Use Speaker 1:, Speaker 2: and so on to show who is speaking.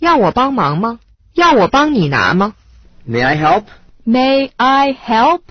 Speaker 1: 要我帮忙吗？要我帮你拿吗
Speaker 2: ？May I help?
Speaker 3: May I help?